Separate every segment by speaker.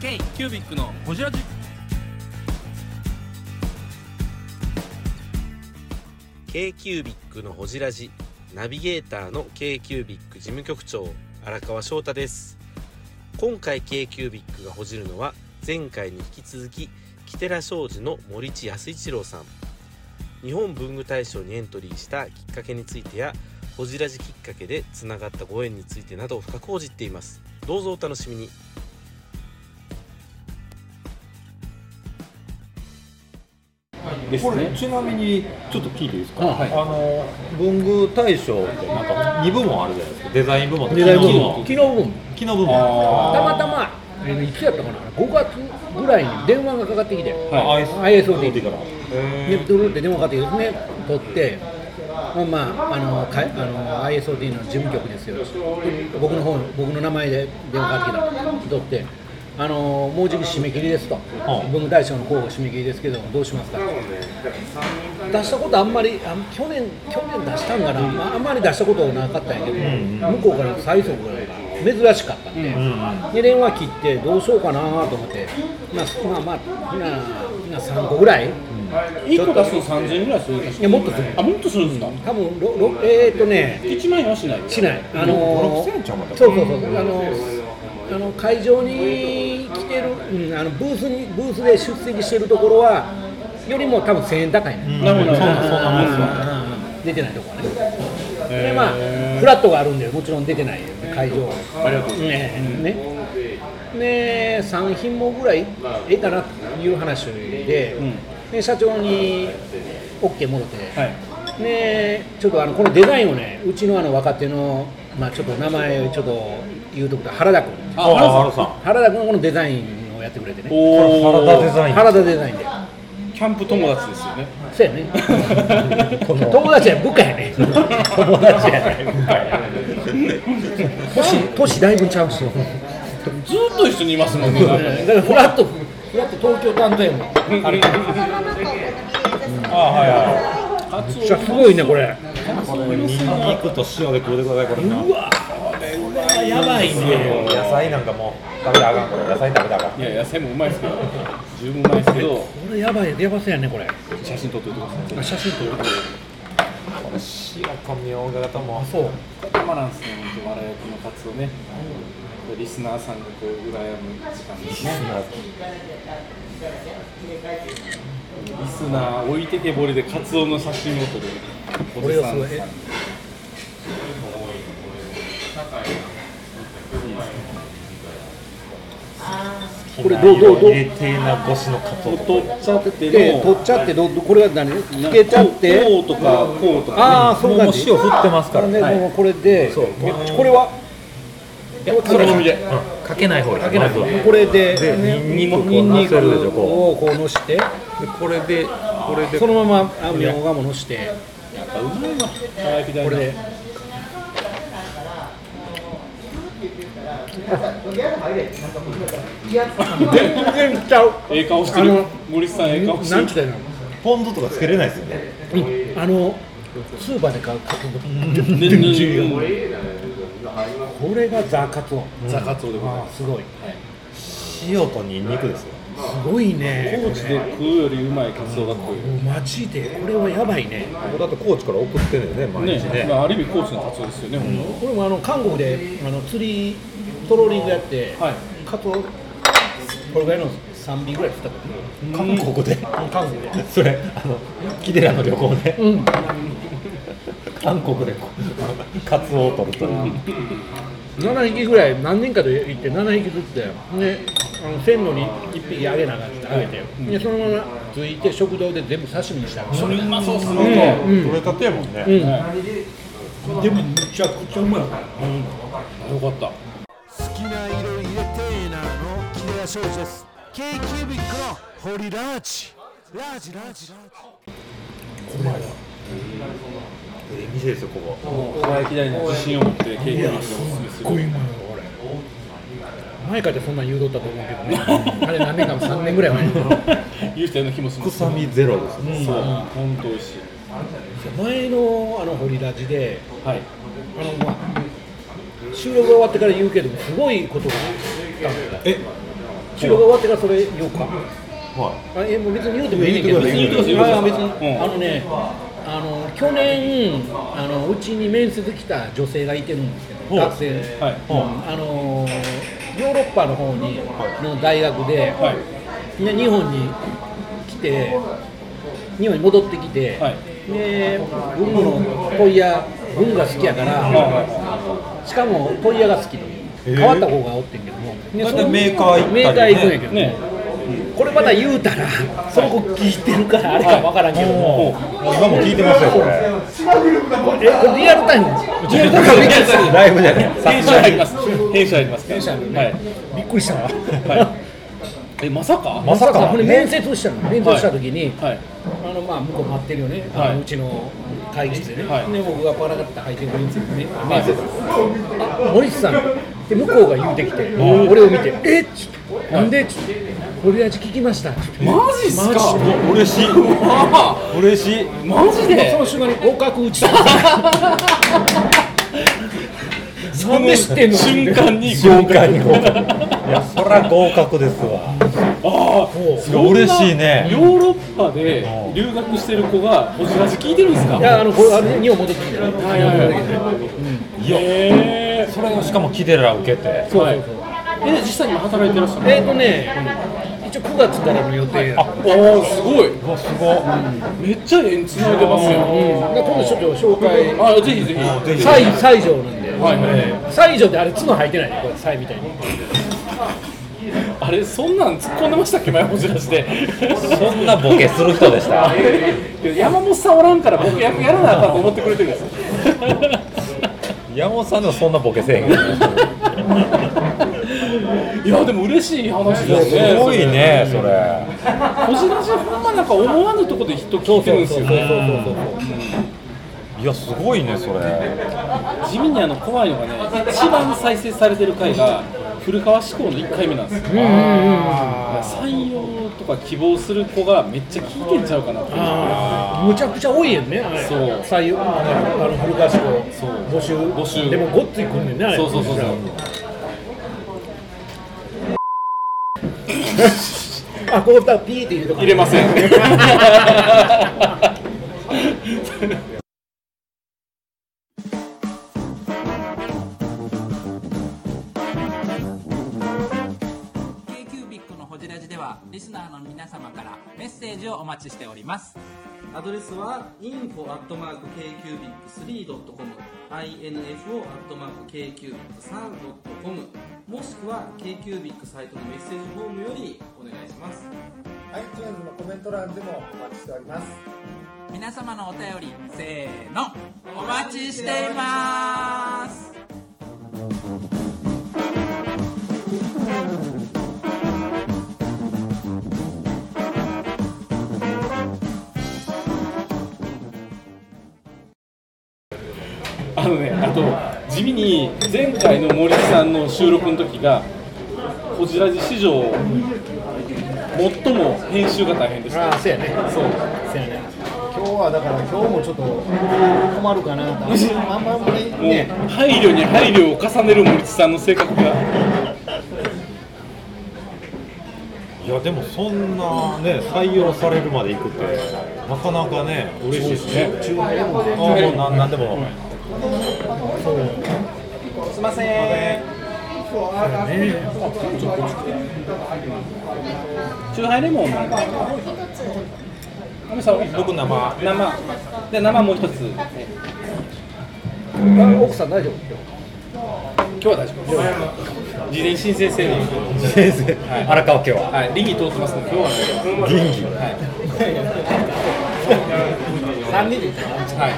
Speaker 1: K キュービックのホジラジ。
Speaker 2: k q u b i c のほじラジナビゲーターの k q u b i c 事務局長荒川翔太です今回 k q u b i c がほじるのは前回に引き続き木寺商事の森地康一郎さん日本文具大賞にエントリーしたきっかけについてやほじラジきっかけでつながったご縁についてなど深くほじっていますどうぞお楽しみに
Speaker 3: です
Speaker 4: これ
Speaker 3: ね。
Speaker 4: ちなみにちょっと聞いていいですか、
Speaker 3: あはい
Speaker 4: あの文具大賞ってなんか2部門あるじゃないですかデザイン部門と
Speaker 3: デザイン部
Speaker 4: 機能
Speaker 3: 門、機能部門、
Speaker 4: 機能部門
Speaker 3: たまたま、えーいつやったかな、5月ぐらいに電話がかかってきて、
Speaker 4: はい
Speaker 3: ISO で
Speaker 4: ISO から
Speaker 3: ネットルって電話かかってきてですね、取って、まあ、まあ、あのかあの ISOD の事務局ですよ、で僕の方僕の名前で電話かかってきた取って、あのもうじき締め切りですと、
Speaker 4: ん
Speaker 3: 文具大賞の候補締め切りですけど、どうしますか出したことあんまり、あ去年、去年出したんかな、まあ、あんまり出したことはなかったんやけど、向こうから最速が珍しかったんで、で電話切って、どうしようかなと思って、まあ、まあ、まあ、みんな、みんな3個ぐらい、
Speaker 5: 一個出すの30円ぐらいするんです
Speaker 3: いや、もっとする。
Speaker 5: あ、もっとするんですか
Speaker 3: 多分ろろえーっとね、
Speaker 5: 一万円はしないです
Speaker 3: しない、あのー、そうそうそう、あのー、あの会場に来てる、うん、あのブースにブースで出席してるところは、よりも多分1000円高いね、
Speaker 5: なるほど
Speaker 4: そうなん
Speaker 5: そ
Speaker 4: そうう
Speaker 5: な
Speaker 4: なんん
Speaker 5: でよ
Speaker 3: 出
Speaker 4: ですすよ
Speaker 3: てないとこはね。でまあ、フラットがあるんで、もちろん出てないよ会場
Speaker 5: ありがとうございます
Speaker 3: ねねね3品目ぐらいええかなという話で、ね社長に OK もろて、ね、ちょっとあのこのデザインをね、うちのあの若手の、まあ、ちょっと名前をちょっと言うとくと、原田君、
Speaker 4: あ原さん
Speaker 3: 原田君がこのデザインをやってくれてね、
Speaker 5: お
Speaker 4: 原田デザイン
Speaker 3: 原田デザインで、
Speaker 5: インキャンプ友達ですよね
Speaker 3: そうや ね、友達や部下や ね、友達やね、年年だいぶちゃうし、
Speaker 5: ずっと一緒にいますもんね
Speaker 3: だからフラット、フラット東京担当やもん、
Speaker 4: あはいは
Speaker 3: めっちゃすごいね、これ、
Speaker 4: いニンニクと塩で食うてくださいこれうわ
Speaker 3: やばいね、
Speaker 4: 野菜なんかもう食べたらあかんこれ野菜食べたらあかん
Speaker 5: いや野菜もうまいですけど十分うまいですけど
Speaker 3: これやばい、やばそうやね、これ、
Speaker 5: 写真撮っておいてください
Speaker 3: あ写真撮る
Speaker 4: 塩とみょうがとも
Speaker 3: そう
Speaker 5: たまらんですね本当わら焼きのカツオねリスナーさんがこう羨む時間ですねリスナー置いてけぼりでカツオの写真を撮る
Speaker 3: これをすごいえこれどうどうどう
Speaker 4: 入れてえな越しのカツオと
Speaker 5: 撮っちゃって
Speaker 3: で
Speaker 5: も
Speaker 3: 取っちゃってどうどうこれは何つけちゃって
Speaker 5: こうとかこうとか
Speaker 3: ああそうなんです
Speaker 4: もう塩振ってますから
Speaker 3: ね
Speaker 4: はい
Speaker 3: もうこれで
Speaker 4: そう
Speaker 3: めっちゃこれは
Speaker 5: それ見て
Speaker 4: かけない方がかけない方
Speaker 3: これで
Speaker 4: で
Speaker 3: ね
Speaker 4: ニンニクをこう
Speaker 3: ニンニク
Speaker 4: 乗せるでしょこ
Speaker 3: をこうのして
Speaker 4: これでこれで
Speaker 3: そのままあみょうがものして
Speaker 5: うまいわわら焼き大
Speaker 3: こ
Speaker 5: 好
Speaker 3: れ
Speaker 5: き
Speaker 3: で全然ちゃう
Speaker 5: ええ顔して
Speaker 3: あ
Speaker 5: る
Speaker 3: の
Speaker 5: 森さんええ顔して
Speaker 3: なん
Speaker 5: る
Speaker 3: ちゅうたらいいの
Speaker 4: ポン酢とかつけれないですよね
Speaker 3: うんあのスーパーで買うカツオ
Speaker 5: ねねね
Speaker 3: これがザカツオ
Speaker 5: ザカツオでござい
Speaker 3: あ
Speaker 5: ま
Speaker 3: ーすごい
Speaker 4: 塩とニンニクですよ
Speaker 3: すごい
Speaker 5: す
Speaker 3: ね
Speaker 5: 高知で食うよりうまいカツオだこういう
Speaker 3: マジでこれはやばいね
Speaker 4: だって高知から送ってるよね毎日
Speaker 5: ね
Speaker 4: ね
Speaker 5: まあある意味高知のカツオですよねほんま
Speaker 3: これもあの韓国であの釣りトローリングやって、
Speaker 5: はい
Speaker 3: カツオこれぐらいの3尾ぐらい釣ったから
Speaker 4: 韓国で
Speaker 3: 韓国で
Speaker 4: それあの木寺の旅行で、
Speaker 3: うん
Speaker 4: 韓国でこうカツオを取るという
Speaker 3: 7匹ぐらい何年かで行って7匹ずつだよであの線路に1匹あげなあかんってあげて、でそのままついて食堂で全部刺身にしたそれうまそうっすねうん、
Speaker 4: 取れたてやもんね、
Speaker 3: うん
Speaker 4: でもむちゃくちゃうまい
Speaker 5: よかった
Speaker 4: ええ店ですよここ
Speaker 5: わら焼き大の自信を持って経験しておすすめする
Speaker 3: 前かってそんなん言うとったと思うけどねあれ何年かも3年ぐらい前に
Speaker 5: 言う人の気もします
Speaker 4: 臭みゼロですね、
Speaker 5: そう本当美味しい
Speaker 3: 前のあのホリラジで
Speaker 5: はい
Speaker 3: あの、まあ、収録が終わってから言うけどもすごいことがあったんだよ
Speaker 4: え
Speaker 3: 収録が終わってからそれ言おうか
Speaker 4: は
Speaker 3: あえもう別に言うてもいいねんけど
Speaker 4: 別に言うてください
Speaker 3: ああ別に、
Speaker 1: うん
Speaker 3: あのねあの去年あのうちに面接来た女性がいてるんですけど
Speaker 4: ほう
Speaker 3: 学生、
Speaker 5: はい
Speaker 3: うんあのヨーロッパの方にの大学で、
Speaker 5: はい
Speaker 3: で日本に来て日本に戻ってきて、
Speaker 5: はい
Speaker 3: で文具の問屋文具が好きやから、しかも問屋が好きという
Speaker 4: へえ
Speaker 3: 変わった方がおってんけども、で
Speaker 4: だいたい
Speaker 3: その
Speaker 4: メーカー行ったりね
Speaker 3: メーカー行くんやけども、
Speaker 5: ね
Speaker 3: これまた言うたら、その子聞いてるからあれか分からんけども、
Speaker 4: もう今も聞いてますよこれ
Speaker 3: えこれリアルタイムリアルタイムびっくりした
Speaker 4: ライブじゃない
Speaker 5: 編集入ります編集入りますからはい
Speaker 3: びっくりしたわ、
Speaker 5: はえまさか
Speaker 4: まさか
Speaker 3: ほんで面接したの面接した時に、
Speaker 5: はい
Speaker 3: あのまあ向こう待ってるよね、
Speaker 5: はい
Speaker 3: あのうちの会議室でね、
Speaker 5: はい
Speaker 3: で僕がパラガッと入ってくるんですよね、面接あ森下さんで向こうが言うてきて、俺を見て、えっつって、なんでっつって、俺味聞きましたっつって
Speaker 5: マジっすか
Speaker 4: う嬉しい嬉しい
Speaker 5: マジで
Speaker 3: その瞬間に合格打ち たなんで知ってんの
Speaker 5: 瞬間に
Speaker 4: 瞬間に合格いやそりゃ合格ですわ
Speaker 5: あ
Speaker 4: すごい嬉しい
Speaker 5: あ
Speaker 4: ね
Speaker 5: ヨーロッパで留学してる子がおじらじ聞いてるんですか
Speaker 3: いやあのこれあれ日本戻ってきてる
Speaker 5: はいはいはいいやえ
Speaker 4: それをしかもキデラ受けて
Speaker 5: そうそうそうえ実際に働いてらっしゃる
Speaker 3: えっ、ー、とね、一応9月からの予定だ、
Speaker 5: ああすごいう
Speaker 4: わすごい
Speaker 5: めっちゃ縁つないでますよ
Speaker 3: だから今度ちょっと紹介、
Speaker 5: あぜひぜひは
Speaker 4: ぜひ
Speaker 3: 西西条なんで、
Speaker 5: いはい
Speaker 3: 西条ってあれ、角入ってないね、これ、西みたいに。
Speaker 5: あれそんなん突っ込んでましたっけ前おじらしで
Speaker 4: そんなボケする人でした
Speaker 5: 山本さんおらんから僕役やらなあかんと思ってくれてるんですよ
Speaker 4: 山本さんでもそんなボケせえへん
Speaker 5: いやでも嬉しい 話ですね
Speaker 4: すごいねそれ
Speaker 5: こじらじほんまなんか思わぬとこで人聞いてるんですよ
Speaker 4: いやすごいねそれ
Speaker 5: 地味にあの怖いのがね一番再生されてる回が古川志向の1回目なんですよ採用とか希望する子がめっちゃ聞いてんちゃうかなって
Speaker 3: むちゃくちゃ多いやんね、あれ
Speaker 5: そう
Speaker 3: 採用、あのあの古川志向、募集、
Speaker 5: 募集
Speaker 3: でもごっつい来んねんね、あれ。
Speaker 5: そうそうそうそう
Speaker 3: あ、ここだ、ピーって入れとか
Speaker 5: 入れません
Speaker 6: K-Cubic のホジラジではリスナーの皆様からメッセージをお待ちしております
Speaker 1: アドレスは info.kcubic3.com info.kcubic3.com もしくは KQBIC サイトのメッセージフォームよりお願いします
Speaker 7: iTunes のコメント欄でもお待ちしております
Speaker 6: 皆様のお便りせーのお待ちしています
Speaker 5: あのねあと地味に前回の森さんの収録の時がこじらじ史上最も編集が大変でした
Speaker 3: ああ、そうやね。
Speaker 5: そう
Speaker 3: そうやね。今日はだから、今日もちょっと困るかなと、あんまり
Speaker 5: もう
Speaker 3: ね、
Speaker 5: 配慮に配慮を重ねる森さんの性格が
Speaker 4: いやでもそんなね採用されるまで行くってなかなかね嬉しいですね
Speaker 3: 中国でも
Speaker 4: あもうなんなんでも
Speaker 5: チューハイレモンなんでさん
Speaker 4: 僕生
Speaker 5: 生で生もう一つ今
Speaker 3: あ奥さん大丈夫
Speaker 5: 日は大丈夫です事前申請制限
Speaker 4: 先生荒川家は
Speaker 5: はいリギ通ってますので今日は大丈夫
Speaker 4: 元気
Speaker 3: 3人で行ったはい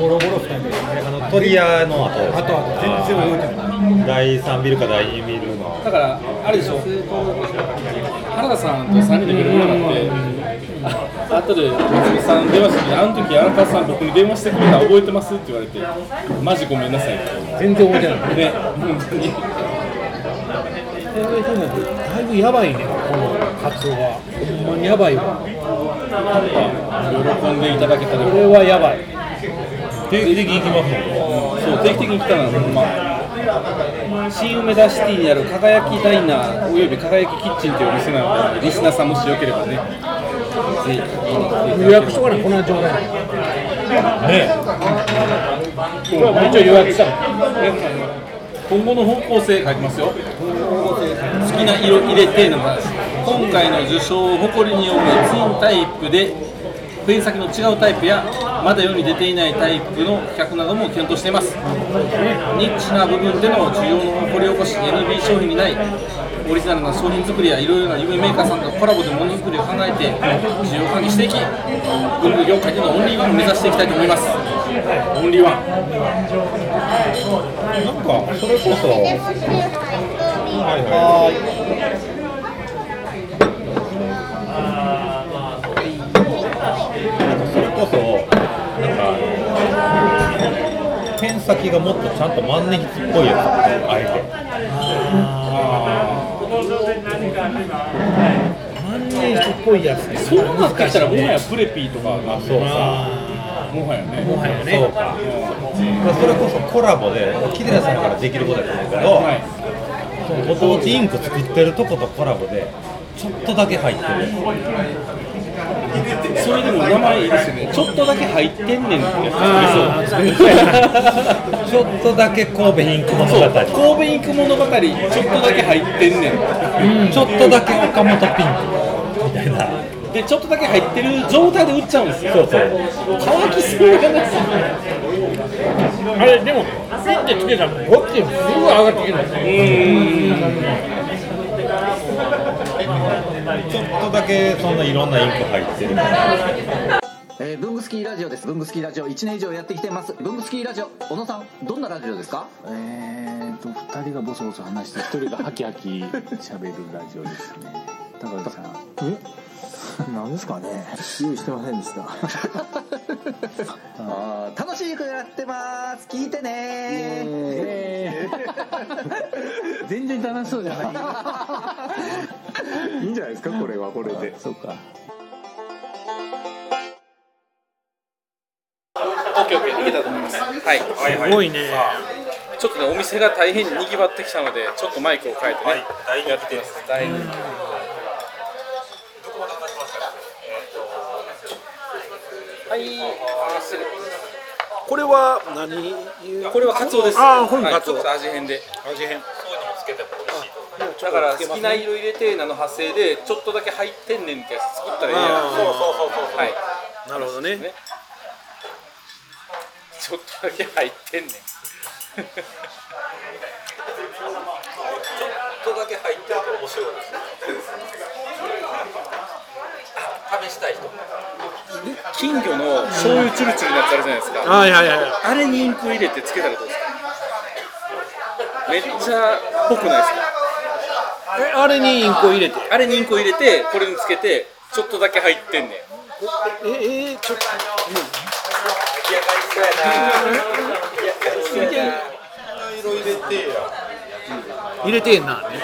Speaker 3: ゴロゴロ2人で
Speaker 4: あの鳥屋の後ですね
Speaker 3: 後々全然
Speaker 4: 覚えてない第3ビルか第2ビルの
Speaker 5: だからあれでしょ原田さんと3人でベロベロになってあとで松井さん電話してきてあの時あなたさん僕に電話してくれた覚えてますって言われてマジごめんなさいって
Speaker 3: 全然覚えてない
Speaker 5: ね本当に
Speaker 3: だいぶやばいねこのカツオがほんまにやばいわ
Speaker 5: 喜んでいただけたら
Speaker 3: これはやばい
Speaker 4: 定期的に行きますもん
Speaker 5: そう定期的に来たらほんま新梅田シティにある輝きダイナーおよび輝きキッチンというお店なのでリスナーさんもしよければねぜひ
Speaker 3: 予約しとかないこんな状態
Speaker 5: 今日はもう一応予約したの今後の方向性書きますよ好きな色入れての話今回の受賞を誇りに思うツインタイプでペン先の違うタイプやまだ世に出ていないタイプの企画なども検討していますニッチな部分での需要の掘り起こし NB 商品にないオリジナルな商品作りやいろいろな有名メーカーさんとコラボでものづくりを考えて需要を喚起していき文具業界でのオンリーワンを目指していきたいと思いますオンリーワン
Speaker 4: なんかそれこそはいはいなんかそれこそなんかあのペン先がもっとちゃんと万年筆っぽいやつってあえて
Speaker 3: 万年筆っぽいやつね
Speaker 5: そうなってきたらもはやプレピーとかなってるさもはやね
Speaker 3: もはやね
Speaker 4: そうか、まあ、それこそコラボで木寺さんからできることやと思うけど、
Speaker 5: はい
Speaker 4: そのご当地インク作ってるとことコラボでちょっとだけ入ってる
Speaker 5: それでも名前いいですよねちょっとだけ入ってんねんって
Speaker 3: あー
Speaker 5: 作りそう
Speaker 4: ちょっとだけ神戸インク物語
Speaker 5: 神戸行く物語ちょっとだけ入ってんねん
Speaker 4: ちょっとだけ岡本ピンクみたいな
Speaker 5: でちょっとだけ入ってる状態で売っちゃうんですよ
Speaker 4: そうそう
Speaker 5: 乾きそうやな
Speaker 8: あれでもピンってつけたらこっちすぐ上がってきますね
Speaker 4: ちょっとだけそんないろんなインク入ってる
Speaker 9: えー、ブングスキーラジオです。ブングスキーラジオ1年以上やってきてます。ブングスキーラジオ、小野さん、どんなラジオですかえーと、2人がボソボソ話して、1人がハキハキ喋るラジオですね。高橋さん。えなんですかね用意してませんでした。あー楽しい曲やってます。聞いてね全然楽しそうじゃない。いいんじゃないですか、これはこれで。そうか。
Speaker 5: いけたと思いますはい
Speaker 8: すごいね
Speaker 5: ちょっとねお店が大変にぎわってきたのでちょっとマイクを変えてねやってます大変
Speaker 8: これは何
Speaker 5: これはカツオです。
Speaker 8: あーこれもカツオ
Speaker 5: はいちょっと味変で。味変。だから好きな色入れてーなの派生でちょっとだけ入ってんねんってやつ作ったらいいやん。そうそうそうそう。はい。
Speaker 8: なるほどね
Speaker 5: ねちょっとだけ入って んねん。ちょっとだけ入ってると面 白いですね。あ試したい人。金魚の醤油チュルチュルのやつあるじゃないですか。
Speaker 8: はいはいはい
Speaker 5: あれにインク入れてつけたらどうですかめっちゃぽくないですか
Speaker 8: えあれにインクを入れて
Speaker 5: あれにインクを入れてこれにつけてちょっとだけ入ってんねん
Speaker 8: ええちょっと入れてえなね
Speaker 5: はい
Speaker 8: は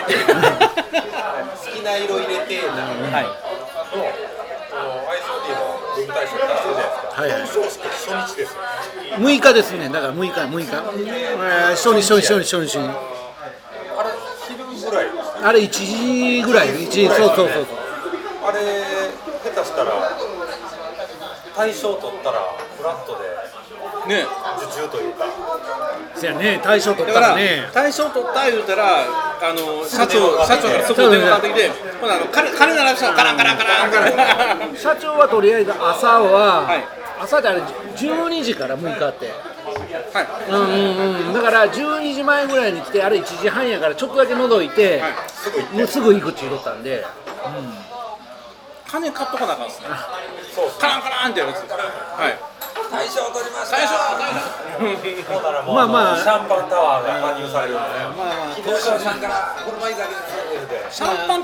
Speaker 8: いはい初日です6日ですねだから6日6日えー初日初日初日初日あれ昼ぐらいあれ1時ぐらい1時そうそうそうそう
Speaker 4: あれ下手したら大賞取ったらフラットで
Speaker 5: ね
Speaker 4: 受注というか
Speaker 8: せやね大賞取
Speaker 5: だ
Speaker 8: った
Speaker 5: から
Speaker 8: らね
Speaker 5: 大賞取った言うたらあの社長社長からそこで電話かかってきてほなあの金金ならしたらカランカランカランカラン
Speaker 8: 社長はとりあえず朝は、
Speaker 5: はい
Speaker 8: 朝であれ12時から6日って
Speaker 5: は
Speaker 8: うんうんうんだから12時前ぐらいに来てあれ1時半やからちょっとだけ覗いて、
Speaker 5: はい
Speaker 8: もうすぐ行くって言うとったんで
Speaker 5: い金買っとかなあかんっすねカランカランってやるやつはい大賞取りました大賞大賞
Speaker 8: まあまあシャン
Speaker 5: シャンパン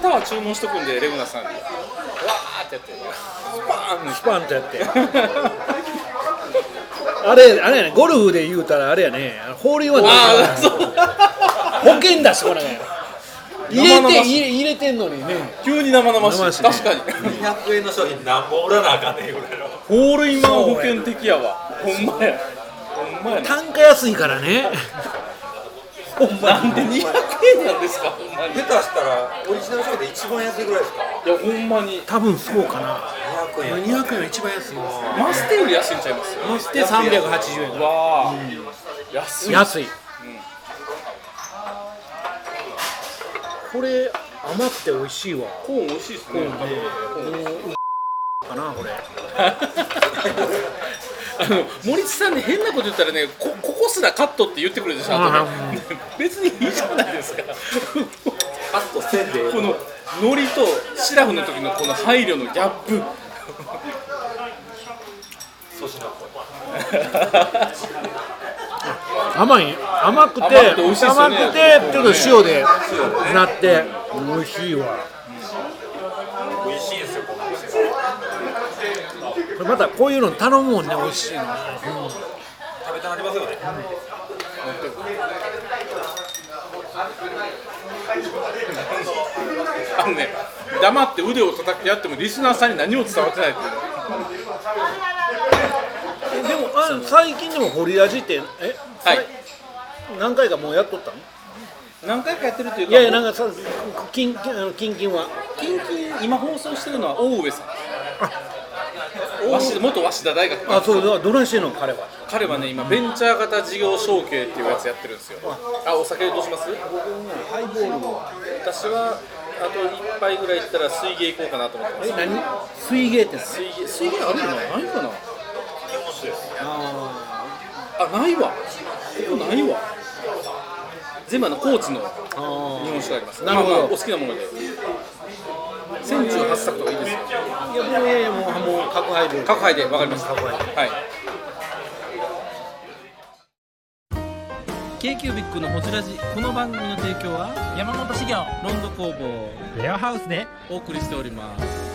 Speaker 5: タワー注文しとくんで、レグナさんに。わーってやって、スパーンの
Speaker 8: パンとやってあれあれやねゴルフで言うたらあれやねあのホールインワン
Speaker 5: あーそう
Speaker 8: 保険出してこない入れ
Speaker 5: 生々
Speaker 8: て
Speaker 5: しい
Speaker 8: 入れ入れてんのにね
Speaker 5: 急に生々しい。
Speaker 8: 生々しいね
Speaker 5: 確かに。
Speaker 4: 100円の商品なんぼ売らなあかんねんぐらいの
Speaker 5: ホールインワン保険的やわ。ほんまや。ほんまやな。
Speaker 8: 単価安いからね
Speaker 5: なんで200円なんですかほんまにい
Speaker 10: 下手したらオリジナルショーで一番安いぐらいですか
Speaker 5: やほんまに
Speaker 8: 多分そうかな
Speaker 10: 200円
Speaker 8: 200円は一番安いで
Speaker 5: マステより安いんちゃいます
Speaker 8: すで380円だ
Speaker 5: わあ、安い
Speaker 8: 安い、これ甘くて美味しいわ
Speaker 5: コーン美味しいですね
Speaker 8: かなこれ
Speaker 5: あの森地さんね変なこと言ったらねこここすらカットって言ってくるでしょ後で別にいいじゃないですか
Speaker 10: カットせんで
Speaker 5: このノリとシラフの時のこの配慮のギャップ
Speaker 8: 甘い甘くて
Speaker 5: 甘くて美味しいっすよ
Speaker 8: 甘
Speaker 5: ね
Speaker 8: くてちょっと塩でなって美味しいわ
Speaker 10: 美味しいんですよこの店
Speaker 8: これまたこういうの頼むもんね美味しいの
Speaker 10: 食べたなりますよね
Speaker 5: あのね黙って腕を叩き合ってもリスナーさんに何も伝わってないっていう
Speaker 8: えでもあ最近でもホリラジってえ
Speaker 5: はい
Speaker 8: 何回かもうやっとったの
Speaker 5: 何回かやってるという
Speaker 8: い
Speaker 5: か
Speaker 8: やいやなんかさキンキンあのキンキンは
Speaker 5: 近々今放送してるのは大上さんわし元早稲田大学
Speaker 8: あそうだどないしてんの彼は
Speaker 5: 彼はね今ベンチャー型事業承継っていうやつやってるんですよあお酒どうします私はあと1杯ぐらいいったら水芸行こうかなと思ってます
Speaker 8: え何水芸って何
Speaker 5: 水芸水芸あるよなないかなあーあないわここないわ全部あの高知の日本酒があります
Speaker 8: なるほど
Speaker 5: まあまあお好きなもので千中八作とかいいですよ
Speaker 8: いやもういやいやもうもう宅配で
Speaker 5: 各杯でわかりましたはい
Speaker 6: k q b i c のホジラジこの番組の提供は山本資源ロンド工房
Speaker 4: レアハウスで
Speaker 6: お送りしております